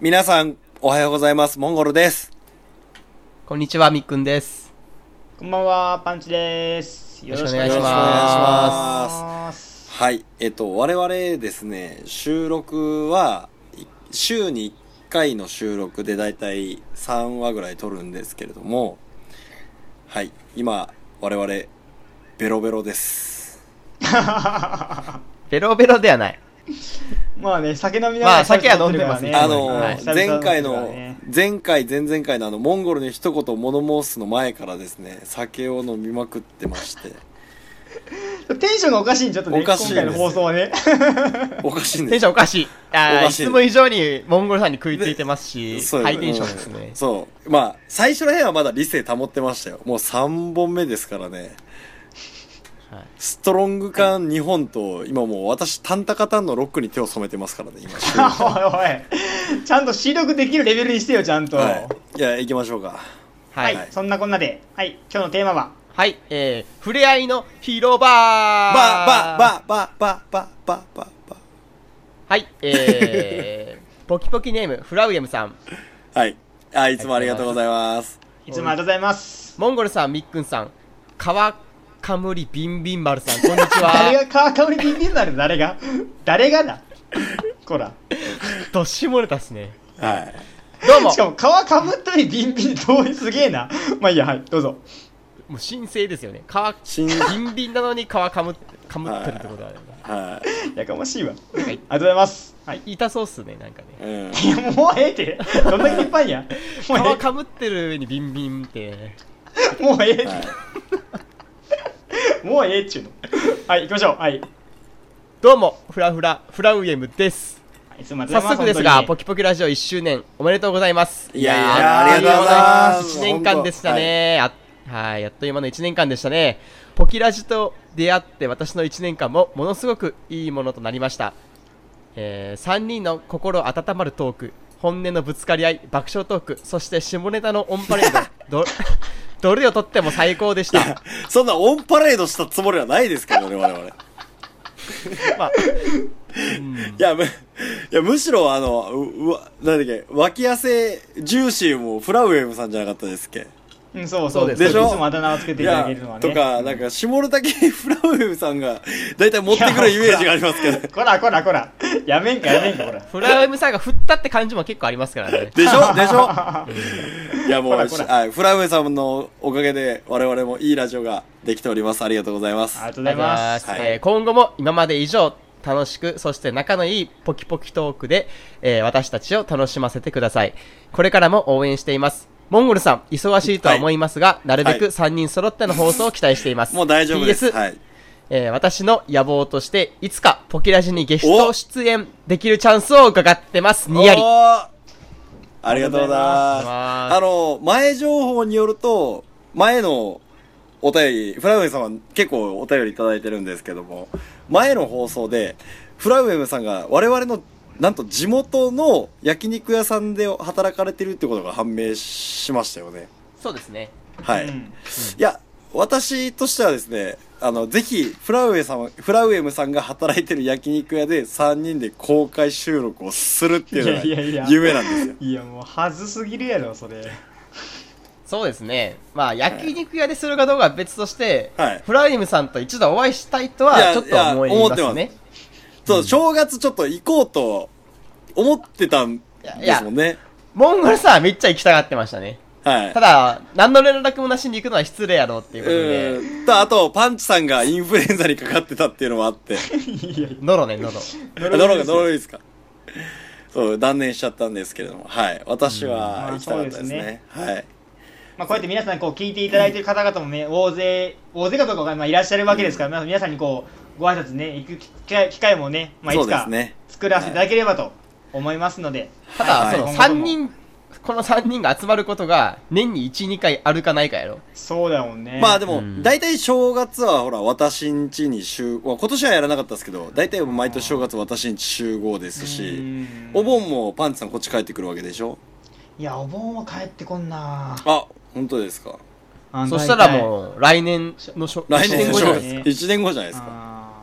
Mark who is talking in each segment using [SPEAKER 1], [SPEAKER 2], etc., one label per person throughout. [SPEAKER 1] 皆さん、おはようございます。モンゴルです。
[SPEAKER 2] こんにちは、みっくんです。
[SPEAKER 3] こんばんは、パンチです。
[SPEAKER 2] よろしくお願いします
[SPEAKER 3] す。
[SPEAKER 1] はい。えっと、我々ですね、収録は、い週に1回の収録でだいたい3話ぐらい撮るんですけれども、はい。今、我々、ベロベロです。
[SPEAKER 2] ベロベロではない。
[SPEAKER 3] まあね、酒飲みながら、
[SPEAKER 2] まあ酒は飲んでますね
[SPEAKER 1] あの、
[SPEAKER 2] はい
[SPEAKER 1] 前回の、
[SPEAKER 3] ね
[SPEAKER 1] 前回、前々回のあの、モンゴルに一言物申すの前からですね、酒を飲みまくってまして、
[SPEAKER 3] テンションがおかしいんちょっとね、
[SPEAKER 1] おかしいです
[SPEAKER 3] 今回の放送 はね。
[SPEAKER 1] おかしいんです
[SPEAKER 2] テンションおかしい。あ
[SPEAKER 1] お
[SPEAKER 2] ー
[SPEAKER 1] か
[SPEAKER 2] い
[SPEAKER 1] しい
[SPEAKER 2] つも以上にモンゴルさんに食いついてますし、
[SPEAKER 1] そう
[SPEAKER 2] ハイテンションですね。
[SPEAKER 1] そう。まあ、最初の辺はまだ理性保ってましたよ。もう3本目ですからね。
[SPEAKER 2] はい
[SPEAKER 1] ストロング缶2本と、今もう私、タンタカタンのロックに手を染めてますからね、今。
[SPEAKER 3] おいおい、ちゃんと収録できるレベルにしてよ、ちゃんと。は、
[SPEAKER 1] はい。いや、行きましょうか。
[SPEAKER 2] はいい。
[SPEAKER 3] そんなこんなで、はい、今日のテーマは、
[SPEAKER 2] はい。えー、触れ合いの広場
[SPEAKER 1] ば、ば、ば、ば、ば、ば、ば、ば。
[SPEAKER 2] はい。えー、ポキポキネーム、フラウエムさん。
[SPEAKER 1] はい。あ、いつもありがとうございます。
[SPEAKER 3] いつもありがとうございます。
[SPEAKER 2] モンゴルさん、みっくんさん、川かむりビンビン丸さん、こんにち
[SPEAKER 3] 誰
[SPEAKER 2] は。
[SPEAKER 3] が、川香りビンビンなる誰が誰がだこら。
[SPEAKER 2] どっしもれたっすね。
[SPEAKER 1] はい。
[SPEAKER 2] どうも
[SPEAKER 3] し、かも、皮かぶったりビンビン遠いすげえな。まあいいや、はい、どうぞ。
[SPEAKER 2] もう神聖ですよね。川、
[SPEAKER 1] 新、
[SPEAKER 2] ビンビンなのに川かむ、かむってるってことはね、
[SPEAKER 1] は
[SPEAKER 3] やかましいわ。あり
[SPEAKER 2] はい
[SPEAKER 3] がとうございます。はい。
[SPEAKER 2] 痛そうっすね、なんかね。
[SPEAKER 1] い。うん。
[SPEAKER 3] いや、 もうええって。どんだけいっぱい や。もうえ
[SPEAKER 2] 皮かぶってる上にビンビンって
[SPEAKER 3] え。もうええって。
[SPEAKER 1] はい。
[SPEAKER 3] もうええっちゅうの。はい、行きましょう。はい。
[SPEAKER 2] どうもフラフラフラウエムです
[SPEAKER 3] いつもありが
[SPEAKER 2] 早
[SPEAKER 3] とうご
[SPEAKER 2] 速
[SPEAKER 3] ざ
[SPEAKER 2] で
[SPEAKER 3] いますす
[SPEAKER 2] が、
[SPEAKER 3] 本当
[SPEAKER 2] ポ
[SPEAKER 3] にね
[SPEAKER 2] キポキラジオ1周年おめでとうございます
[SPEAKER 1] いやいや
[SPEAKER 2] ー
[SPEAKER 3] ありがとうございま
[SPEAKER 2] あ
[SPEAKER 3] す
[SPEAKER 2] っという間の1年間でしたねあはいあっという間の1年間でしたねポキラジと出会って私の1年間もものすごくいいものとなりました、えー、3人の心温まるトーク本音のぶつかり合い爆笑トークそして下ネタのオンパレードど どれをとっても最高でした
[SPEAKER 1] そんなオンパレードしたつもりはないですけどね、我 々。
[SPEAKER 2] まあ
[SPEAKER 1] いや、む、いや、むしろあの、う、うわ、なんだっけ、脇汗ジューシーもフラウエムさんじゃなかったですっけ。
[SPEAKER 3] うん、そう
[SPEAKER 2] そ
[SPEAKER 3] そうう
[SPEAKER 2] で
[SPEAKER 3] ですす。
[SPEAKER 1] でしょ
[SPEAKER 3] いつもあだ名をつけていただけるのはね。
[SPEAKER 1] とか、なんか、下ネタ系フラウエムさんが、だいたい持ってくるイメージがありますけど。
[SPEAKER 3] こらこらこら。やめんかやめんか、こら。
[SPEAKER 2] フラウエムさんが振ったって感じも結構ありますからね。
[SPEAKER 1] でし ょでしょいや、もう、
[SPEAKER 3] ほらほら
[SPEAKER 1] はいフラウエムさんのおかげで、我々もいいラジオができております。ありがとうございま
[SPEAKER 3] あ
[SPEAKER 1] す
[SPEAKER 3] り。がとうございます。
[SPEAKER 1] はい
[SPEAKER 2] えー今後も今まで以上楽しく、そして仲のいいポキポキトークで、えー私たちを楽しませてください。これからも応援しています。モンゴルさん、忙しいとは思いますが、なるべく
[SPEAKER 1] はい
[SPEAKER 2] 3人揃っての放送を期待しています。
[SPEAKER 1] もう大丈夫です。
[SPEAKER 2] PS
[SPEAKER 1] はい。
[SPEAKER 2] えー私の野望として、いつかポキラジにゲスト出演できるチャンスを伺ってます。にやり。
[SPEAKER 1] お
[SPEAKER 2] は
[SPEAKER 1] ーありがとうございます。
[SPEAKER 2] あ
[SPEAKER 1] あの、前情報によると、前のお便り、フラウエムさんは結構お便りいただいてるんですけども、前の放送で、フラウエムさんが我々の、なんと地元の焼肉屋さんで働かれてるってことが判明しましたよね。
[SPEAKER 2] そうですね。
[SPEAKER 1] はい。
[SPEAKER 3] う
[SPEAKER 1] い
[SPEAKER 3] ん
[SPEAKER 1] や、私としてはですね、あの、ぜひ、フラウエムさん、フラウエムさんが働いてる焼肉屋で3人で公開収録をするっていうの
[SPEAKER 3] いやいやいや
[SPEAKER 1] が夢なんですよ。
[SPEAKER 3] いや、もう、はずすぎるやろ、それ。
[SPEAKER 2] そうですね。まあ、焼肉屋でするかどうかは別として、
[SPEAKER 1] はい
[SPEAKER 2] フラウニムさんと一度お会いしたいと
[SPEAKER 1] いや
[SPEAKER 2] は、ちょっと思
[SPEAKER 1] いや思
[SPEAKER 2] い
[SPEAKER 1] って
[SPEAKER 2] ま
[SPEAKER 1] ま
[SPEAKER 2] すね
[SPEAKER 1] す。そう、正月ちょっと行こうと思ってたんですもんね。
[SPEAKER 2] モンゴルさんはめっちゃ行きたがってましたね。
[SPEAKER 1] はい。
[SPEAKER 2] ただ、何の連絡もなしに行くのは失礼やろうっていううことで、
[SPEAKER 1] ん。と、あと、パンチさんがインフルエンザにかかってたっていうのもあ って。
[SPEAKER 3] いやいや、
[SPEAKER 2] ノロね、ノ
[SPEAKER 1] ノ
[SPEAKER 2] ロ。
[SPEAKER 1] ロ が、ノロですか。そう、断念しちゃったんですけれども。はい。私は
[SPEAKER 3] うん
[SPEAKER 1] 行きたかったですね。はい。
[SPEAKER 3] まあ、こうやって皆さんこう聞いていただいている方々もね、大勢、大勢かどうかがまあいらっしゃるわけですから、まあ皆さんにこう、ご挨拶ね、行く機会機会もね、まあ、い
[SPEAKER 1] そう
[SPEAKER 3] つ
[SPEAKER 1] です
[SPEAKER 3] か
[SPEAKER 1] ね。
[SPEAKER 3] 作らせていただければと思いますので、
[SPEAKER 2] た
[SPEAKER 1] は
[SPEAKER 2] だ、
[SPEAKER 1] い
[SPEAKER 2] その
[SPEAKER 3] はい
[SPEAKER 2] 3人、この3人が集まることが、年に1、2回あるかないかやろ。
[SPEAKER 3] そうだもんね。
[SPEAKER 1] まあでも
[SPEAKER 2] う、ん
[SPEAKER 1] 大体正月はほら、私ん家に集、まあ今年はやらなかったですけど、大体毎年正月私ん家集合です
[SPEAKER 3] う
[SPEAKER 1] し、
[SPEAKER 3] ん
[SPEAKER 1] お盆もパンチさんこっち帰ってくるわけでしょ
[SPEAKER 3] いや、お盆は帰ってこんな
[SPEAKER 1] あ、本当ですか。
[SPEAKER 2] そしたらもう、来年のしょ
[SPEAKER 1] 来年の正
[SPEAKER 2] 一
[SPEAKER 1] 月
[SPEAKER 2] 年後
[SPEAKER 3] ね
[SPEAKER 1] 1年後じゃないうですか。
[SPEAKER 3] あ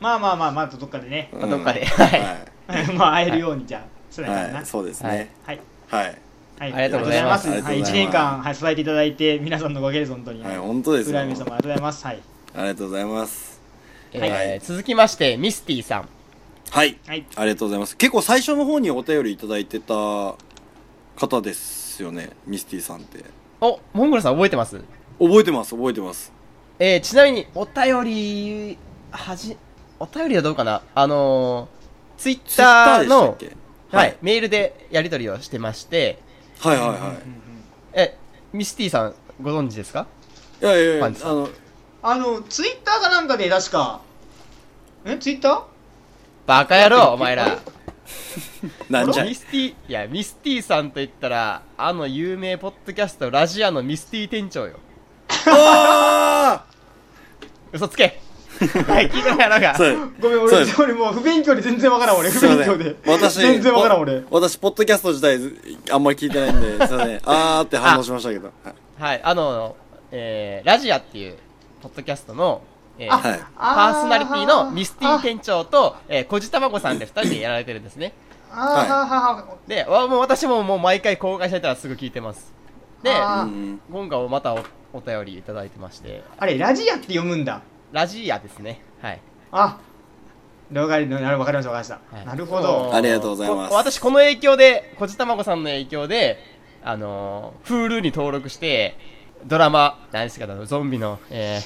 [SPEAKER 3] ーまあまあまあ、まずどっかでね、
[SPEAKER 2] じゃないですかどっかで。
[SPEAKER 1] うん
[SPEAKER 2] はい。
[SPEAKER 1] は
[SPEAKER 3] まあ会えるようにじゃあ、そうだからな
[SPEAKER 1] はい、そうです
[SPEAKER 2] は
[SPEAKER 1] ね
[SPEAKER 2] い。
[SPEAKER 3] はい
[SPEAKER 1] はい。
[SPEAKER 3] はい、
[SPEAKER 2] ありがとうございます
[SPEAKER 3] ありがとうござ
[SPEAKER 1] ありがとうござい
[SPEAKER 3] いは
[SPEAKER 1] ます
[SPEAKER 3] い、1年間、はい、支えていただいて、皆さんのおかげです、本当に。
[SPEAKER 1] はい、本当ですよ。
[SPEAKER 3] 浦
[SPEAKER 1] あ
[SPEAKER 3] 上
[SPEAKER 1] り
[SPEAKER 3] 様、ありがとうございます。はい。
[SPEAKER 1] がとうございます。
[SPEAKER 2] え
[SPEAKER 1] は
[SPEAKER 2] ー
[SPEAKER 1] い
[SPEAKER 2] 続きまして、ミスティさん。
[SPEAKER 1] はい。
[SPEAKER 3] はい。
[SPEAKER 1] ありがとうございます。結構最初の方にお便りいただいてた方ですよね、ミスティさんって。
[SPEAKER 2] お、モンゴルさん覚えてます
[SPEAKER 1] 覚えてます、覚えてます。
[SPEAKER 2] えーちなみに、お便り、はじ、お便りはどうかなあのー、ツイッ
[SPEAKER 1] ツイッター
[SPEAKER 2] ター
[SPEAKER 1] でした
[SPEAKER 2] の
[SPEAKER 1] っ、け
[SPEAKER 2] は
[SPEAKER 1] はいい、
[SPEAKER 2] メールでやり取りをしてまして、
[SPEAKER 1] はいはい
[SPEAKER 3] うんうんう
[SPEAKER 1] は
[SPEAKER 3] ん
[SPEAKER 2] え、ミスティさん、ご存知ですか
[SPEAKER 1] い。いやいやいや、
[SPEAKER 2] パ
[SPEAKER 1] あ
[SPEAKER 2] ンチさ
[SPEAKER 1] の、
[SPEAKER 3] あの、ツイッターかなんかで、確か、えツイッター
[SPEAKER 2] バカ野郎、お前ら。
[SPEAKER 1] なんじゃい
[SPEAKER 2] ミ。スティ、いや、ミスティさんと言ったら、あの有名ポッドキャスト、ラジアのミスティ店長よ。
[SPEAKER 1] あ
[SPEAKER 2] 嘘つ けはい、聞いてないの
[SPEAKER 1] あ
[SPEAKER 2] が。
[SPEAKER 1] そう
[SPEAKER 3] ごめん、
[SPEAKER 1] そう
[SPEAKER 3] 俺
[SPEAKER 1] です、
[SPEAKER 3] 俺もう不勉強で全然わからん、俺。不
[SPEAKER 1] すいま
[SPEAKER 3] 勉
[SPEAKER 1] せ
[SPEAKER 3] 強で
[SPEAKER 1] ん。。私、
[SPEAKER 3] 全然わからん、俺。
[SPEAKER 1] お私、ポッドキャスト自体ず、あんまり聞いてないんで、すいません。あーって反応しましたけど。はい
[SPEAKER 2] はい、あの、えー、ラジアっていう、ポッドキャストの、えー
[SPEAKER 1] あはい
[SPEAKER 2] パーソナリティのミスティ
[SPEAKER 3] ン
[SPEAKER 2] 店長と、えー、小じたまごさんで2人でやられてるんですね。
[SPEAKER 3] あーははは
[SPEAKER 2] で、わもう私ももう毎回公開されたらすぐ聞いてます。で、
[SPEAKER 3] あ
[SPEAKER 1] う
[SPEAKER 3] ー
[SPEAKER 1] ん。
[SPEAKER 2] 今回もまたおお便りいただいてまして、
[SPEAKER 3] あれ、ラジアって読むんだ。
[SPEAKER 2] ラジアですね。はい。
[SPEAKER 3] あ、了解なるわかりました、わかりました。
[SPEAKER 2] はい
[SPEAKER 3] なるほ
[SPEAKER 2] そ
[SPEAKER 3] ど。
[SPEAKER 1] ありがとうございます
[SPEAKER 2] こ私、この影響で、こじたまごさんの影響で、あのー、Hulu に登録して、ドラマ、何ですか、あのゾンビの、え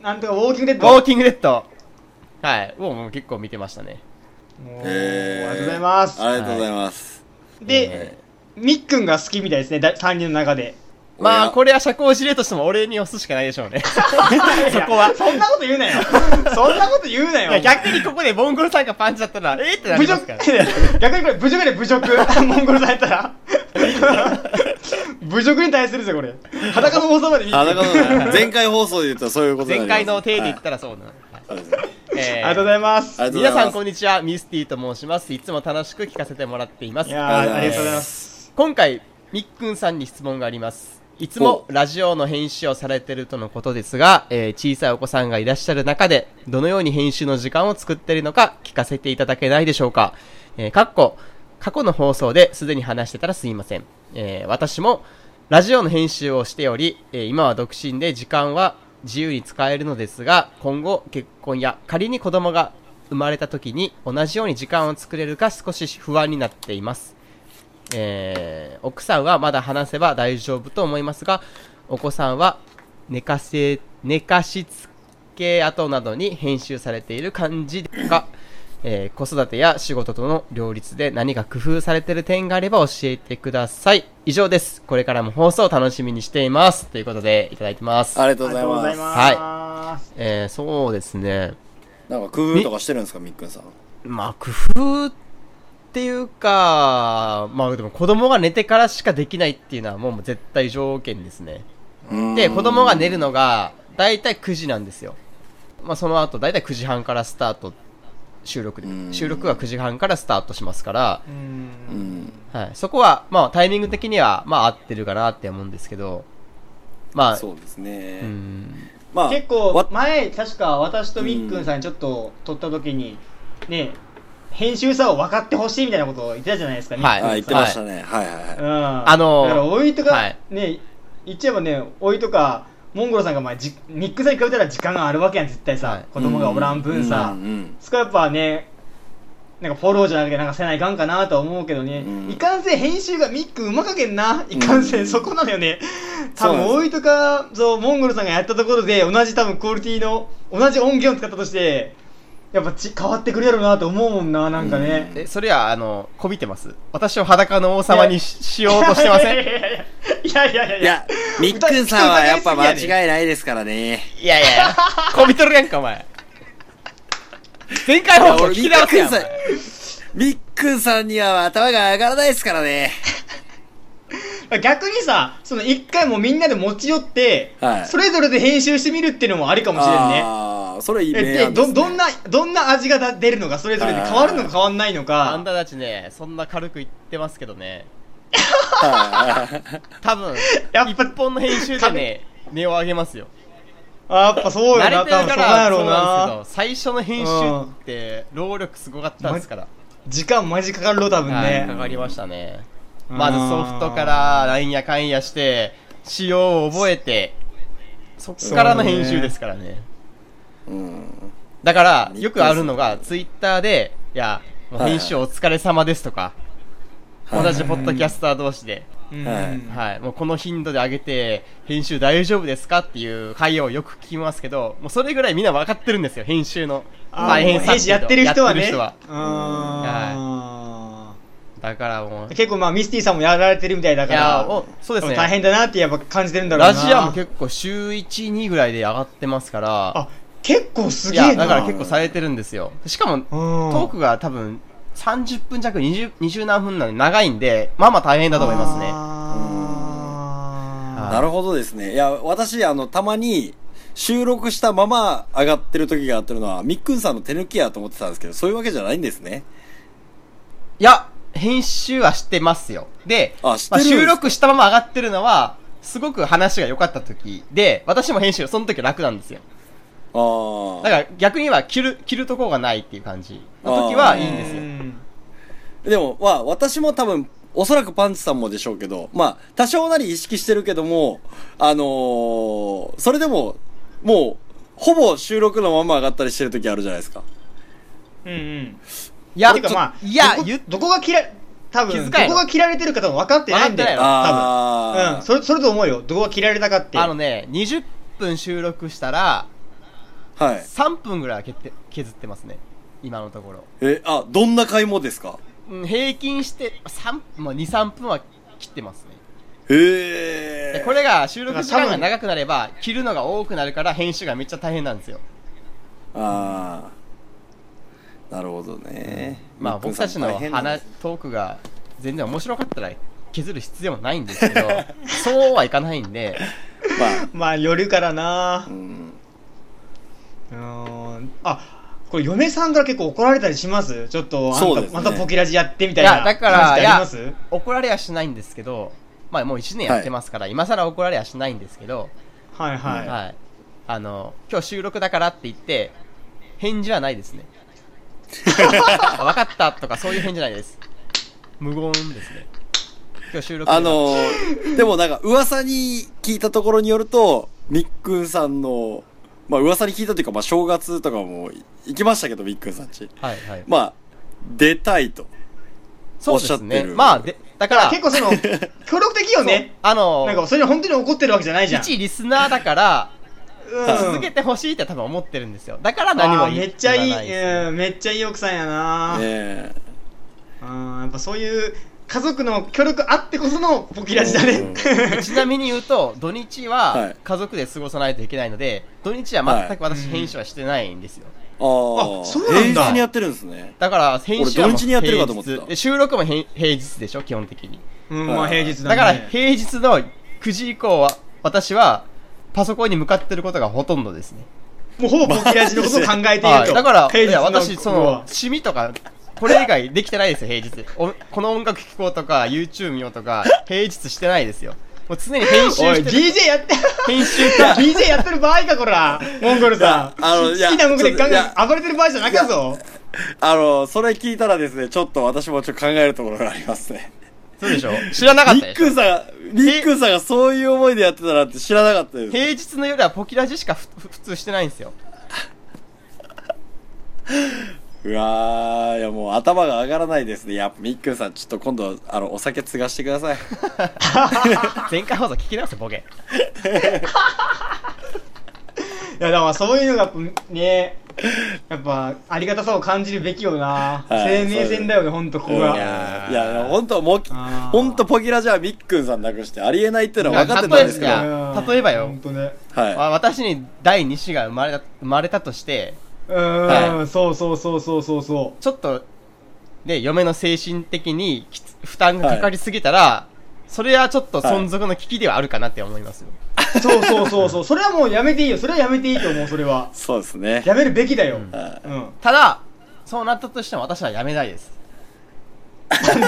[SPEAKER 3] なんとか、ウォーキングデッ
[SPEAKER 2] ー、ウ
[SPEAKER 3] ド。
[SPEAKER 2] ォーキングデッド。はい。をもう結構見てましたね。
[SPEAKER 3] もう
[SPEAKER 1] えー
[SPEAKER 3] ありがとうございます。
[SPEAKER 1] ありがとうございます。
[SPEAKER 3] で、みっくんが好きみたいですね、だ3人の中で。
[SPEAKER 2] まあ、こ
[SPEAKER 1] れ、
[SPEAKER 2] れは社交辞令としても俺に押すしかないでしょう ね。
[SPEAKER 3] そ
[SPEAKER 2] こは
[SPEAKER 3] そんなこと言うなよ。 そんなこと言うない
[SPEAKER 2] や
[SPEAKER 3] よ。
[SPEAKER 2] 逆にここでモンゴルさんがパンチだったら、えー、ってな
[SPEAKER 3] 侮
[SPEAKER 2] ります
[SPEAKER 3] 辱
[SPEAKER 2] から。
[SPEAKER 3] 逆にこれ、侮辱で侮辱。モンゴルさんやったら。 侮辱に対するぜ、これ。裸の王様で見
[SPEAKER 1] あ、だから、前回放送で言ったらそういうことにな
[SPEAKER 2] 前
[SPEAKER 1] ります
[SPEAKER 2] 回の体で言っ
[SPEAKER 1] はい
[SPEAKER 2] たらそうなの。はい
[SPEAKER 1] そうですね
[SPEAKER 2] えー
[SPEAKER 3] ありがとうございます。
[SPEAKER 1] ありがとうござ
[SPEAKER 2] 皆
[SPEAKER 1] います。
[SPEAKER 2] さんこんにちは、ミスティと申します。いつも楽しく聞かせてもらっています
[SPEAKER 3] い。やーあ
[SPEAKER 1] あ
[SPEAKER 3] り
[SPEAKER 1] り
[SPEAKER 3] が
[SPEAKER 1] がとう
[SPEAKER 3] とうご
[SPEAKER 1] ござ
[SPEAKER 3] ざい
[SPEAKER 1] い
[SPEAKER 3] ま。
[SPEAKER 1] ます
[SPEAKER 2] 今回、みっくんさんに質問があります。いつもラジオの編集をされてるとのことですが、えー小さいお子さんがいらっしゃる中で、どのように編集の時間を作っているのか聞かせていただけないでしょうか。えーかっこ、過去の放送ですでに話してたらすいません。えー私もラジオの編集をしており、えー今は独身で時間は自由に使えるのですが、今後結婚や仮に子供が生まれた時に同じように時間を作れるか少し不安になっています。えー奥さんはまだ話せば大丈夫と思いますが、お子さんは寝かせ、寝かしつけ跡などに編集されている感じですが、えー子育てや仕事との両立で何か工夫されている点があれば教えてください。以上です。これからも放送を楽しみにしています。ということで、いただいてます。
[SPEAKER 1] ありがとうございます。
[SPEAKER 2] ありがとうござい
[SPEAKER 3] は
[SPEAKER 2] えーそうですね。
[SPEAKER 1] なんか工夫とかしてるんですか、みっくんさん。
[SPEAKER 2] まあ、工夫っていうか、まあでも子供が寝てからしかできないっていうのはもう絶対条件ですね。で、子供が寝るのが、だいたい9時なんですよ。まあ、その後、だいたい9時半からスタート、収録で
[SPEAKER 1] う。ん
[SPEAKER 2] 収録は9時半からスタートしますから、
[SPEAKER 3] う。
[SPEAKER 1] うんん。
[SPEAKER 2] はい。そこは、まあ、タイミング的には、まあ、合ってるかなって思うんですけど、まあ、
[SPEAKER 1] そうですね。
[SPEAKER 2] うん。
[SPEAKER 1] まあ、
[SPEAKER 3] 結
[SPEAKER 1] わ
[SPEAKER 3] 構、前、確か私とみっくんさんにちょっと撮った時に、ね、編集さを分かってほしいみたいなことを言ってたじゃないですか、
[SPEAKER 2] はい
[SPEAKER 1] あ、
[SPEAKER 3] み
[SPEAKER 1] 言
[SPEAKER 3] っ
[SPEAKER 1] っ
[SPEAKER 3] くん
[SPEAKER 1] て
[SPEAKER 3] さん
[SPEAKER 1] ましたね。はいはいはい。
[SPEAKER 3] うん
[SPEAKER 2] あのー
[SPEAKER 3] だから、おいと
[SPEAKER 2] は
[SPEAKER 3] か
[SPEAKER 2] い、
[SPEAKER 3] ね、言っちゃえばね、おいとか、モンゴルさんが前、じミックさんに比べたら時間があるわけやん、絶対
[SPEAKER 2] は
[SPEAKER 3] さ
[SPEAKER 2] い。
[SPEAKER 3] 子供がおらん分さ
[SPEAKER 1] うん。うん
[SPEAKER 3] そこはやっぱね、なんかフォローじゃなくてなんかせないかんかなとは思うけどね、
[SPEAKER 1] うん
[SPEAKER 3] いかんせん編集がミックうまかけんな、いかんせ
[SPEAKER 1] うんん
[SPEAKER 3] そこなのよね。多
[SPEAKER 1] そうなん
[SPEAKER 3] 分
[SPEAKER 1] です
[SPEAKER 3] 大井とか、そう、モンゴルさんがやったところで、同じ多分クオリティの、同じ音源を使ったとして、やっぱち変わってくれるなと思うもんな、なんかね。
[SPEAKER 2] え、それは、あの、こびてます。私を裸の王様にししようとしてません
[SPEAKER 3] い やいやいやいやいやいやいやいやいや
[SPEAKER 1] いや、みっくんさんはやっぱ間違いないですから ね。
[SPEAKER 2] いやいやいや、こびとるやんか、お前。前回
[SPEAKER 1] いや
[SPEAKER 2] 放送
[SPEAKER 1] 俺み
[SPEAKER 2] 聞き
[SPEAKER 1] っ
[SPEAKER 2] 直す
[SPEAKER 1] くん
[SPEAKER 2] やん。お
[SPEAKER 1] さん
[SPEAKER 2] 前、
[SPEAKER 1] みっくんさんには頭が上がらないですからね。
[SPEAKER 3] 逆にさ、その一回もうみんなで持ち寄って、
[SPEAKER 1] はい
[SPEAKER 3] それぞれで編集してみるっていうのもありかもしれんね。
[SPEAKER 1] ああ、それいい
[SPEAKER 3] え
[SPEAKER 1] 名
[SPEAKER 3] で
[SPEAKER 1] 案ですね。
[SPEAKER 3] どどんなどんな味がだ出るのかそれぞれで変わるのか変わんないの
[SPEAKER 2] あん
[SPEAKER 3] か
[SPEAKER 2] たたちね、そんな軽く言ってますけどね。
[SPEAKER 1] はい
[SPEAKER 2] 多分、
[SPEAKER 3] やっぱ
[SPEAKER 2] 一本の編集でね、値を上げますよ。
[SPEAKER 3] あやっぱそうよ
[SPEAKER 2] 慣
[SPEAKER 3] な
[SPEAKER 2] れて
[SPEAKER 3] 多
[SPEAKER 2] る
[SPEAKER 3] 分そ
[SPEAKER 2] か
[SPEAKER 3] うなんや
[SPEAKER 2] ら、
[SPEAKER 3] ろ
[SPEAKER 2] そうう
[SPEAKER 3] な
[SPEAKER 2] なんですけど、最初の編集って、労力すごかったんですから。
[SPEAKER 3] 時間マジかかるろ、多分
[SPEAKER 2] はい、
[SPEAKER 3] ね
[SPEAKER 2] か。かりましたね。
[SPEAKER 3] うん
[SPEAKER 2] まずソフトからなんやかんやして、仕様を覚えて、そっからの編集ですからね。
[SPEAKER 1] うん。
[SPEAKER 2] だから、よくあるのが、ツイッターで、いや、もう編集お疲れ様ですとか、
[SPEAKER 1] はい
[SPEAKER 2] 同じポッドキャスター同士で、
[SPEAKER 3] うん
[SPEAKER 1] はい
[SPEAKER 2] はい、もうこの頻度で上げて、編集大丈夫ですかっていう会をよく聞きますけど、もうそれぐらいみんな分かってるんですよ、編集の
[SPEAKER 3] あーもう
[SPEAKER 2] さ
[SPEAKER 3] 編集やってる人はね。
[SPEAKER 2] やってる
[SPEAKER 3] うーん
[SPEAKER 2] だからもう、い
[SPEAKER 3] 結構まあミスティさんもやられてるみたいだから。
[SPEAKER 2] や、もうそうですね。
[SPEAKER 3] 大変だなってやっぱ感じてるんだろうな。
[SPEAKER 2] ラジアも結構週1、2ぐらいで上がってますから、
[SPEAKER 3] あ、結構すげ
[SPEAKER 2] い
[SPEAKER 3] え
[SPEAKER 2] や、
[SPEAKER 3] な。
[SPEAKER 2] だから結構されてるんですよ。しかも、トークが多分30分弱、20, 20何分なんで長いんで、まあまあ大変だと思いますね。
[SPEAKER 3] あー
[SPEAKER 1] なるほどですね。いや、私、あの、たまに、収録したまま上がってる時があってるのは、みっくんさんの手抜きやと思ってたんですけど、そういうわけじゃないんですね。
[SPEAKER 2] いや、編集はしてますよ。で、
[SPEAKER 1] あ知ってるん
[SPEAKER 2] まあ、
[SPEAKER 1] ですか
[SPEAKER 2] 収録したまま上がってるのは、すごく話が良かった時で、私も編集、その時は楽なんですよ。
[SPEAKER 1] ああ。
[SPEAKER 2] だから逆には切る、切るとこがないっていう感じの時はいいんですよ
[SPEAKER 3] う。ん
[SPEAKER 1] でも、まあ、私も多分、おそらくパンチさんもでしょうけど、まあ、多少なり意識してるけども、あのーそれでも、もう、ほぼ収録のまま上がったりしてる時あるじゃないですか。
[SPEAKER 3] うんうん。
[SPEAKER 2] いや、
[SPEAKER 3] てか
[SPEAKER 2] ちょ
[SPEAKER 3] まあ、
[SPEAKER 2] いや
[SPEAKER 3] ど、こ
[SPEAKER 2] 言っ
[SPEAKER 3] どこが切ら、多分、
[SPEAKER 2] 気
[SPEAKER 3] ど
[SPEAKER 2] 遣い
[SPEAKER 3] こ
[SPEAKER 2] の
[SPEAKER 3] が切られてるか多分分かってないんだ
[SPEAKER 2] 分
[SPEAKER 3] よ。多分。
[SPEAKER 1] あ
[SPEAKER 3] うん、
[SPEAKER 1] ー
[SPEAKER 3] それ、それと思うよ。どこが切られたかって。
[SPEAKER 2] あのね、20分収録したら、
[SPEAKER 1] はい。
[SPEAKER 2] 3分ぐらいは削って削ってますね。今のところ。
[SPEAKER 1] え、あ、どんな回もですか
[SPEAKER 2] うん平均して3、まあ、2、3分は切ってますね。
[SPEAKER 1] へ
[SPEAKER 2] で
[SPEAKER 1] え。
[SPEAKER 2] これが収録時間
[SPEAKER 3] だか
[SPEAKER 2] が
[SPEAKER 3] ら多分
[SPEAKER 2] 長くなれば、切るのが多くなるから編集がめっちゃ大変なんですよ。
[SPEAKER 1] ああ。なるほどね。
[SPEAKER 2] まあ
[SPEAKER 1] みっくん
[SPEAKER 2] 僕
[SPEAKER 1] さん
[SPEAKER 2] たちの
[SPEAKER 1] 大変なんで
[SPEAKER 2] 話
[SPEAKER 1] す、
[SPEAKER 2] トークが全然面白かったら削る必要もないんです けど、そうはいかないんで、
[SPEAKER 1] まあ、
[SPEAKER 3] まあ、よるからな
[SPEAKER 1] う。ん。
[SPEAKER 3] うーん。あ、これ嫁さんから結構怒られたりしますちょっと、あん
[SPEAKER 1] そう
[SPEAKER 3] た、
[SPEAKER 1] ですね
[SPEAKER 3] またポキラジやってみたい
[SPEAKER 2] い
[SPEAKER 3] な。
[SPEAKER 2] やだから
[SPEAKER 3] 話ってあります
[SPEAKER 2] 怒られはしないんですけど、まあもう1年やってますから、今更怒られはしないんですけど、
[SPEAKER 3] はいはい。
[SPEAKER 2] はい。あの、今日収録だからって言って、返事はな いですね。わかったとかそういう返事ないです。無言ですね。今日収録
[SPEAKER 1] あのーでもなんか噂に聞いたところによると、みっくんさんの、まあ噂に聞いたというか、まあ正月とかも行きましたけど、みっくんさんち。
[SPEAKER 2] はいはい。
[SPEAKER 1] まあ、出たいと。
[SPEAKER 2] そうです
[SPEAKER 1] おっしゃ
[SPEAKER 2] ね。
[SPEAKER 1] ってる
[SPEAKER 2] まあ、で、だから、
[SPEAKER 3] 結構 その、協力的よね。
[SPEAKER 2] あの
[SPEAKER 3] なんか、それに本当に怒ってるわけじゃないじゃん。
[SPEAKER 2] 一リスナーだから、
[SPEAKER 3] うん
[SPEAKER 2] 続けてほしいって多分思ってるんですよ。だから何も
[SPEAKER 3] あー
[SPEAKER 2] 言
[SPEAKER 3] めっちゃい
[SPEAKER 2] 言わない
[SPEAKER 3] い、
[SPEAKER 2] ですね
[SPEAKER 3] うんめっちゃいい奥さんやな、
[SPEAKER 1] ねえ。
[SPEAKER 3] うんやっぱそういう家族の協力あってこそのポキラジだ
[SPEAKER 1] うん
[SPEAKER 3] ね
[SPEAKER 2] ちなみに言うと、土日
[SPEAKER 1] は
[SPEAKER 2] はい家族で過ごさないといけないので、土日は全く私編集はしてないんですよ。
[SPEAKER 1] ああ
[SPEAKER 3] あそうなんだ
[SPEAKER 1] 平日にやってるんですね。
[SPEAKER 2] だから、編集はもう
[SPEAKER 1] 俺土日にやってるかと思ってた
[SPEAKER 2] 平日で収録もへん平日でしょ、基本的に。
[SPEAKER 3] うんまあ平日
[SPEAKER 2] だ
[SPEAKER 3] だ,、ね、
[SPEAKER 2] から、平日の9時以降は、私は、パソコンに向かってることがほとんどですね。
[SPEAKER 3] もうほぼポキラジのことを考えていると、
[SPEAKER 2] はいだから、
[SPEAKER 3] 平
[SPEAKER 2] い
[SPEAKER 3] 日の
[SPEAKER 2] や、私、その、
[SPEAKER 3] もう
[SPEAKER 2] 趣味とか、これ以外できてないですよ、平日。おこの音楽聴こうとか、YouTube 見ようとか、平日してないですよ。もう常に編集
[SPEAKER 3] おい
[SPEAKER 2] してる。
[SPEAKER 3] DJ やって
[SPEAKER 2] 編集 か。
[SPEAKER 3] DJ やってる場合かこらモンゴルさん
[SPEAKER 1] いやあのいや
[SPEAKER 3] 好きな音楽でガン
[SPEAKER 1] ちょっとい
[SPEAKER 3] ガン暴れてる場合じゃなかぞ
[SPEAKER 1] あの、それ聞いたらですね、ちょっと私もちょっと考えるところがありますね。
[SPEAKER 2] そうでしょ知らなかっ
[SPEAKER 1] み
[SPEAKER 2] た
[SPEAKER 1] っ
[SPEAKER 2] でし
[SPEAKER 1] く
[SPEAKER 2] ょ
[SPEAKER 1] んさんが、みっくんさんがそういう思いでやってたなんて知らなかったです。
[SPEAKER 2] 平日の夜はポキラジしかふふ普通してないんですよ。
[SPEAKER 1] うわー、いやもう頭が上がらないですね。いや、みっくんさん、ちょっと今度、あの、お酒継がしてください。
[SPEAKER 2] 前回放送聞き直せ、ボケ。
[SPEAKER 3] いやだからそういうのがやっぱねやっぱありがたさを感じるべきよな、
[SPEAKER 1] はい
[SPEAKER 3] 生命線だよねほんとここ
[SPEAKER 1] い
[SPEAKER 3] が
[SPEAKER 1] やいや、本当もう、
[SPEAKER 3] あー
[SPEAKER 1] 本当ポキラじゃみっくんさんなくしてありえないっていうのは分かってた
[SPEAKER 2] や
[SPEAKER 1] んですけ
[SPEAKER 2] い
[SPEAKER 1] ど、
[SPEAKER 2] や
[SPEAKER 3] うん
[SPEAKER 2] 例えばよ
[SPEAKER 3] ほんとね
[SPEAKER 2] ま
[SPEAKER 1] は
[SPEAKER 2] あ私に第2子が生まれた生まれたとして、
[SPEAKER 3] うーん、そうそうそうそうそうそ
[SPEAKER 2] ちょっと、ね、嫁の精神的にきつ負担がかかりすぎたら、それはちょっと存続の危機ではあるかなって思いますよ。
[SPEAKER 3] う。そうそうそうそう。それはもうやめていいよ。それはやめていいと思う、それは。
[SPEAKER 1] い。そうですね。
[SPEAKER 3] やめるべきだよ。うん。
[SPEAKER 1] はい
[SPEAKER 3] なん
[SPEAKER 2] ただ、そうなったとしても私は辞めないです。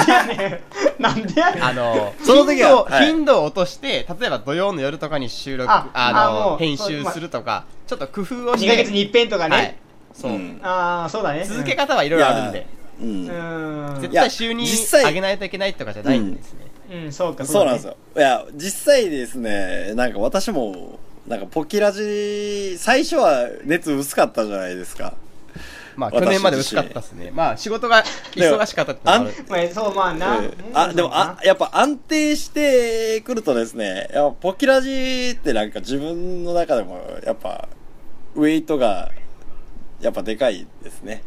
[SPEAKER 3] でやねん。なんでやねん。
[SPEAKER 2] あの、
[SPEAKER 1] その時
[SPEAKER 2] 頻度
[SPEAKER 1] は
[SPEAKER 2] を、
[SPEAKER 1] はい
[SPEAKER 2] 頻度を落として、例えば土曜の夜とかに収録、
[SPEAKER 3] あ
[SPEAKER 2] あ
[SPEAKER 3] あ
[SPEAKER 2] の
[SPEAKER 3] もう
[SPEAKER 2] 編集するとか、ちょっと工夫をし
[SPEAKER 3] 2
[SPEAKER 2] て、
[SPEAKER 3] ヶ月に一遍とかね。
[SPEAKER 2] はい、そう、
[SPEAKER 1] うん
[SPEAKER 3] ああ、そうだね。
[SPEAKER 2] 続け
[SPEAKER 3] が
[SPEAKER 2] 方はいろいろあるん
[SPEAKER 1] いや
[SPEAKER 2] で。
[SPEAKER 1] うん
[SPEAKER 3] う。ん
[SPEAKER 2] 絶
[SPEAKER 1] いや
[SPEAKER 2] 対収入
[SPEAKER 1] 実際
[SPEAKER 2] 上げないといけないとかじゃないんですね。
[SPEAKER 3] うんそうか
[SPEAKER 1] そうなんです
[SPEAKER 3] よ
[SPEAKER 1] よ。いや、実際ですね、なんか私も、なんかポキラジ、最初は熱薄かったじゃないですか。
[SPEAKER 2] まあ、
[SPEAKER 1] 私
[SPEAKER 2] 去年まで薄かったですね。まあ、仕事が忙しかったってのもある。
[SPEAKER 3] まあそうまあな、
[SPEAKER 1] ええあ、でも、あ、やっぱ安定してくるとですね、やっぱポキラジってなんか自分の中でも、やっぱ、ウェイトが、やっぱでかいですね。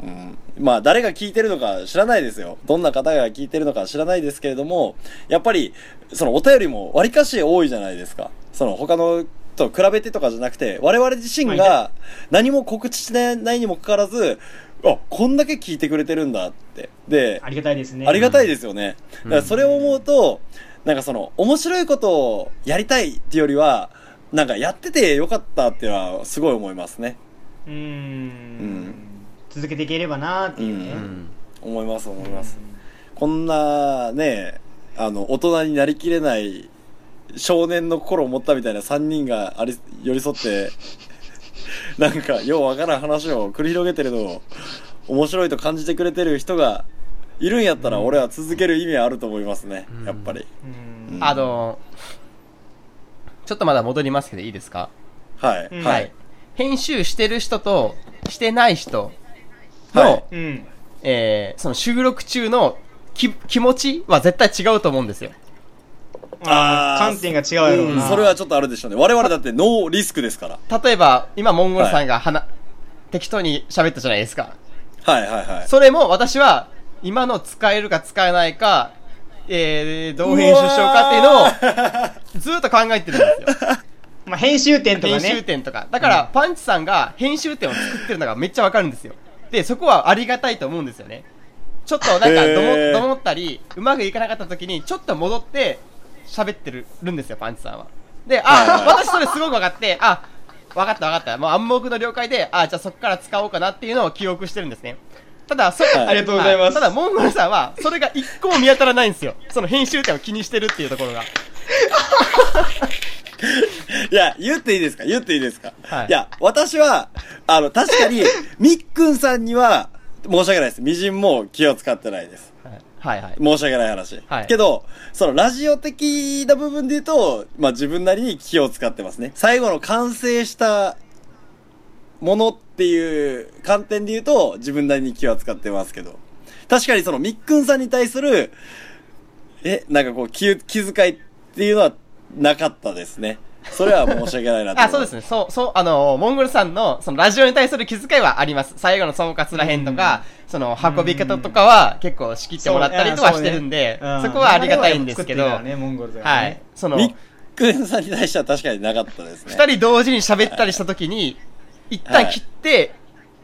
[SPEAKER 1] うん、まあ、誰が聞いてるのか知らないですよ。どんな方が聞いてるのか知らないですけれども、やっぱり、そのお便りも割かし多いじゃないですか。その他のと比べてとかじゃなくて、我々自身が何も告知してないにもかかわらず、あ、こんだけ聞いてくれてるんだって。で、
[SPEAKER 3] ありがたいですね
[SPEAKER 1] ありがたいですよね。
[SPEAKER 2] うん
[SPEAKER 1] だからそれを思うと、なんかその、面白いことをやりたいっていうよりは、なんかやっててよかったっていうのはすごい思いますね。
[SPEAKER 3] うん
[SPEAKER 1] ん
[SPEAKER 3] 続けていければなっていうね、
[SPEAKER 1] う
[SPEAKER 2] うん
[SPEAKER 1] 思います、思います。こんなね、あの、大人になりきれない少年の心を持ったみたいな3人があり、寄り添って、 なんか、ようわからん話を繰り広げてるのを、面白いと感じてくれてる人がいるんやったら、俺は続ける意味はあると思いますね、やっぱり。
[SPEAKER 3] うん
[SPEAKER 1] うん
[SPEAKER 2] あの、ちょっとまだ戻りますけどいいですか、
[SPEAKER 1] はい、
[SPEAKER 3] うん
[SPEAKER 1] はい。
[SPEAKER 2] 編集してる人と、してない人の、
[SPEAKER 1] はい
[SPEAKER 3] うん
[SPEAKER 2] えーその収録中のき気持ちは絶対違うと思うんですよ。
[SPEAKER 1] あー
[SPEAKER 3] あー観点が違うやろう
[SPEAKER 1] うん
[SPEAKER 3] な、
[SPEAKER 1] それはちょっとあるでしょうね。我々だってノーリスクですから。
[SPEAKER 2] 例えば、今、モンゴルさんが話、適当に喋ったじゃないですか。
[SPEAKER 1] はいはいはい。
[SPEAKER 2] それも私は、今の使えるか使えないか、えー、どう編集しようかっていうのを、ずーっと考えてるんですよ。
[SPEAKER 3] まあ、編集点とかね
[SPEAKER 2] 編集点とか。だから、パンチさんが編集点を作ってるのがめっちゃわかるんですよ。で、そこはありがたいと思ううんですよね。ちょっとなんか
[SPEAKER 1] へー
[SPEAKER 2] ども、どもったり、うまくいかなかった時に、ちょっと戻って、喋ってるるんですよ、パンチさんは。
[SPEAKER 1] はい
[SPEAKER 2] で、あ、私それすごく分かって、あ、分かった分かった。もう暗黙の了解で、あ、じゃあそこから使おうかなっていうのを記憶してるんですね。ただ、そ、
[SPEAKER 1] はいあ
[SPEAKER 3] りがとうございます
[SPEAKER 2] ただ、モンゴルさんは、それが一個も見当たらないんですよ。その編集点を気にしてるっていうところが。
[SPEAKER 1] いや、言っていいですか言っていいですか、
[SPEAKER 2] はい
[SPEAKER 1] い、や、私は、あの、確かに、みっくんさんには、申し訳ないです。みじんも気を使ってないです。
[SPEAKER 2] はいはいはい。
[SPEAKER 1] 申し訳ない話。
[SPEAKER 2] はい
[SPEAKER 1] けど、その、ラジオ的な部分で言うと、まあ、自分なりに気を使ってますね。最後の完成したものっていう観点で言うと、自分なりに気は使ってますけど。確かにその、みっくんさんに対する、え、なんかこう、気、気遣いっていうのはなかったですね。それは申し訳ないなと思います。
[SPEAKER 2] あ、そうですね。そう、そう、あの、モンゴルさんの、その、ラジオに対する気遣いはあります。最後の総括らへんとか、その、運び方とかは、結構仕切ってもらったりとはしてるんで、
[SPEAKER 3] う
[SPEAKER 2] そこはありがたいんですけど、
[SPEAKER 3] 流れは作ってるからねモンゴルズがね
[SPEAKER 2] はい。その、
[SPEAKER 1] みっくんさんに対しては確かになかったですね。
[SPEAKER 2] 二人同時に喋ったりした時に、一旦切って、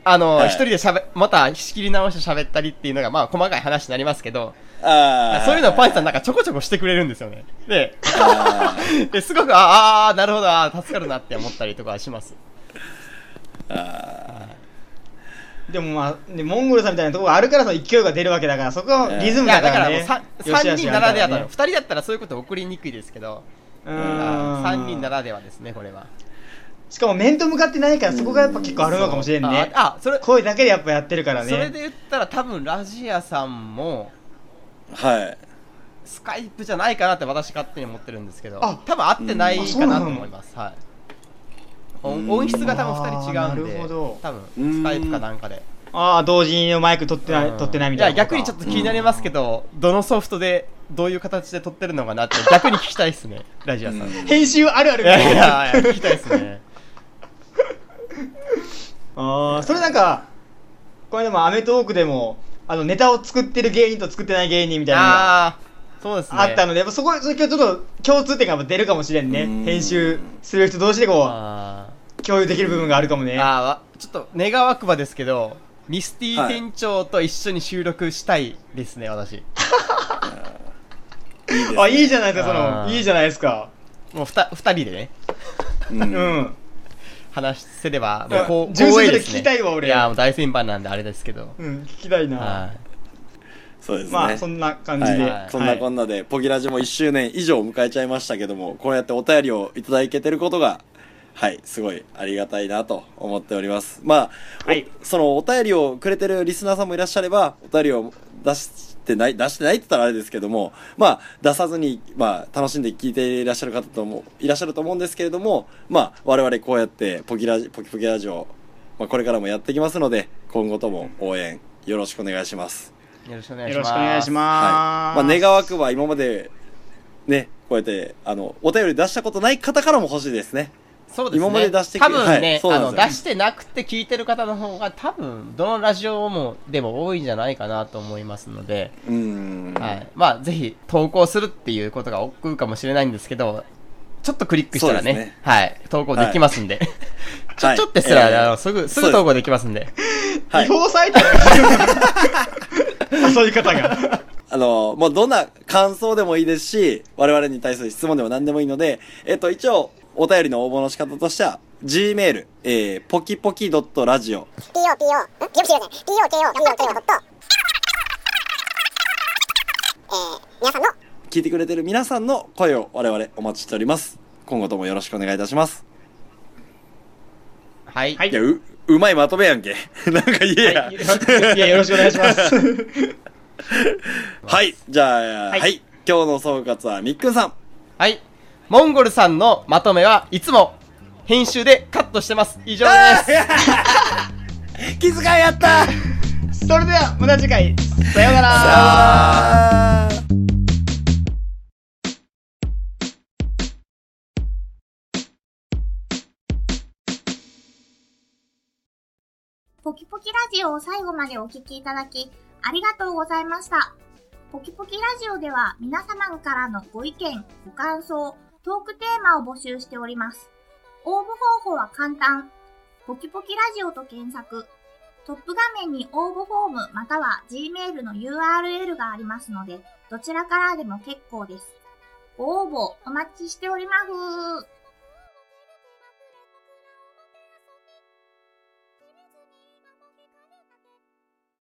[SPEAKER 2] あの、
[SPEAKER 1] はい
[SPEAKER 2] 一人で喋、また仕切り直して喋ったりっていうのが、まあ、細かい話になりますけど、
[SPEAKER 1] ああ。
[SPEAKER 2] そういうのをパンチさん
[SPEAKER 1] な
[SPEAKER 2] なんかちょこちょこしてくれるんですよね。で、
[SPEAKER 1] あー
[SPEAKER 2] ですごく、ああー、なるほど、あー助かるなって思ったりとかはします。
[SPEAKER 3] でもまあ、ね、モンゴルさんみたいなところがあるからその勢いが出るわけだから、そこはリズム
[SPEAKER 2] いや
[SPEAKER 3] だ
[SPEAKER 2] だ
[SPEAKER 3] か
[SPEAKER 2] から
[SPEAKER 3] ら
[SPEAKER 2] もう
[SPEAKER 3] ね。
[SPEAKER 2] 3
[SPEAKER 3] 良し悪し
[SPEAKER 2] 人
[SPEAKER 3] が
[SPEAKER 2] な
[SPEAKER 3] あるから
[SPEAKER 2] ではだろ
[SPEAKER 3] ね
[SPEAKER 2] 2人だったらそういうこと起こりにくいですけど
[SPEAKER 3] う
[SPEAKER 2] 3
[SPEAKER 3] ー
[SPEAKER 2] 人
[SPEAKER 3] ん。
[SPEAKER 2] ならではですねこれは
[SPEAKER 3] しかも面と向かってないから、そこがやっぱ結構あるのかもしれんね。
[SPEAKER 2] ああそれ
[SPEAKER 3] 声だけでやっぱやってるからね。
[SPEAKER 2] それで言ったら多分ラジアさんも
[SPEAKER 1] はい。
[SPEAKER 2] スカイプじゃないかなって私勝手に思ってるんですけど
[SPEAKER 3] あ
[SPEAKER 2] 多分合ってない
[SPEAKER 3] うんあ
[SPEAKER 2] かなと
[SPEAKER 3] そうなの
[SPEAKER 2] 思いますはい
[SPEAKER 1] うん
[SPEAKER 2] 音音質が多分2人違うん
[SPEAKER 3] あーなるほ
[SPEAKER 2] で
[SPEAKER 3] ど
[SPEAKER 2] 多分スカイプかなんかで
[SPEAKER 3] ああ、同時にマイク取ってない、
[SPEAKER 2] うん
[SPEAKER 3] 取ってないみたいな。
[SPEAKER 2] や逆にちょっと気になりますけどどのソフトでどういう形で撮ってるのかなって逆に聞きたいですねラジアさん
[SPEAKER 1] う
[SPEAKER 2] い
[SPEAKER 1] ん
[SPEAKER 3] 編集あるあるみた
[SPEAKER 2] や
[SPEAKER 3] い
[SPEAKER 2] い
[SPEAKER 3] な。
[SPEAKER 2] やいや聞きたいですね
[SPEAKER 3] ああ、それなんか、これでもアメトーークでも、あの、ネタを作ってる芸人と作ってない芸人みたいなのが
[SPEAKER 2] ああーそうですね
[SPEAKER 3] あったので、やっぱそこ、そこちょっと共通点がやっぱ出るかもしれんね
[SPEAKER 1] う。ん
[SPEAKER 3] 編集する人同士でこう、
[SPEAKER 2] あ
[SPEAKER 3] 共有できる部分があるかも
[SPEAKER 2] ー
[SPEAKER 3] ね。
[SPEAKER 2] あーわちょっと願わくばですけどミスティ店長と一緒に収録したいですね、私
[SPEAKER 3] あ、いいじゃないですか、
[SPEAKER 2] あ
[SPEAKER 3] その、
[SPEAKER 2] ーい
[SPEAKER 3] い
[SPEAKER 2] い
[SPEAKER 3] いじゃないですか。
[SPEAKER 2] もうふた二人でね
[SPEAKER 1] うん
[SPEAKER 3] う。ん。
[SPEAKER 2] 話せればもうこう
[SPEAKER 3] いや
[SPEAKER 2] 光栄です、ね、
[SPEAKER 3] 純粋それ聞きたいわ俺
[SPEAKER 2] いやもう大先輩なんであれですけど、
[SPEAKER 3] うん、聞きたいな。
[SPEAKER 2] はい
[SPEAKER 1] そうですね。
[SPEAKER 3] まあ、そんな感じで。
[SPEAKER 1] はい、そんなこんなで、ポギラジも1周年以上を迎えちゃいましたけども、こうやってお便りをいただけてることが、はい、すごいありがたいなと思っております。まあ、
[SPEAKER 3] はい
[SPEAKER 1] おそのお便りをくれてるリスナーさんもいらっしゃれば、お便りを出してない、出してないって言ったらあれですけども、まあ、出さずに、まあ、楽しんで聞いていらっしゃる方とも、いらっしゃると思うんですけれども、まあ、我々こうやって、ポキラジ、ポキポキラジオ、まあ、これからもやっていきますので、今後とも応援、よろしくお願いします。
[SPEAKER 2] よろしくお願いし
[SPEAKER 3] よろ
[SPEAKER 2] ま
[SPEAKER 3] し
[SPEAKER 2] す。
[SPEAKER 3] くお願いします。
[SPEAKER 1] はい。まあ、願わくば今まで、ね、こうやって、あの、お便り出したことない方からも欲しいですね。
[SPEAKER 2] そうですね。
[SPEAKER 1] 今まで出してき
[SPEAKER 2] 多分
[SPEAKER 1] はい
[SPEAKER 2] ね、
[SPEAKER 1] そう
[SPEAKER 2] あ
[SPEAKER 1] なんで
[SPEAKER 2] の、出
[SPEAKER 1] すよ
[SPEAKER 2] してなくて聞いてる方の方が多分、どのラジオも、でも多いんじゃないかなと思いますので、
[SPEAKER 1] うん。
[SPEAKER 2] はい。まあ、ぜひ、投稿するっていうことが億劫かもしれないんですけど、ちょっとクリックしたら
[SPEAKER 1] そ
[SPEAKER 2] ね、
[SPEAKER 1] うですね
[SPEAKER 2] はい、投稿できますんで。 ち
[SPEAKER 1] は
[SPEAKER 2] ょ、
[SPEAKER 1] い
[SPEAKER 2] ちょってすら、
[SPEAKER 1] えー
[SPEAKER 2] あの、すぐ、すぐ投稿できますんで。
[SPEAKER 1] はい
[SPEAKER 3] 違法サイト そういう方が。
[SPEAKER 1] あの、もうどんな感想でもいいですし、我々に対する質問でも何でもいいので、えっと、一応、お便りの応募の仕方としては、gmail、えー、ポキポキ .radio、
[SPEAKER 4] POPO ん読みしてるね POKO とえー、皆さんの
[SPEAKER 1] 聞いてくれてる皆さんの声を我々お待ちしております。今後ともよろしくお願いいたします。
[SPEAKER 2] はい。
[SPEAKER 3] はい
[SPEAKER 1] いや、う、うまいまとめやんけ。 なんか言えや。はい、
[SPEAKER 3] いや、よろしくお願いします。
[SPEAKER 1] じゃあ、は
[SPEAKER 3] はい
[SPEAKER 1] い、今日の総括はみっくんさん。
[SPEAKER 2] はい。モンゴルさんのまとめはいつも、編集でカットしてます。以上です。
[SPEAKER 1] 気遣いやった
[SPEAKER 3] それでは、また次回、さようなら。
[SPEAKER 1] あー
[SPEAKER 5] ポキポキラジオを最後までお聞きいただき、ありがとうございました。ポキポキラジオでは皆様からのご意見、ご感想、トークテーマを募集しております。応募方法は簡単。ポキポキラジオと検索。トップ画面に応募フォームまたは Gmail の URL がありますので、どちらからでも結構です。ご応募お待ちしております。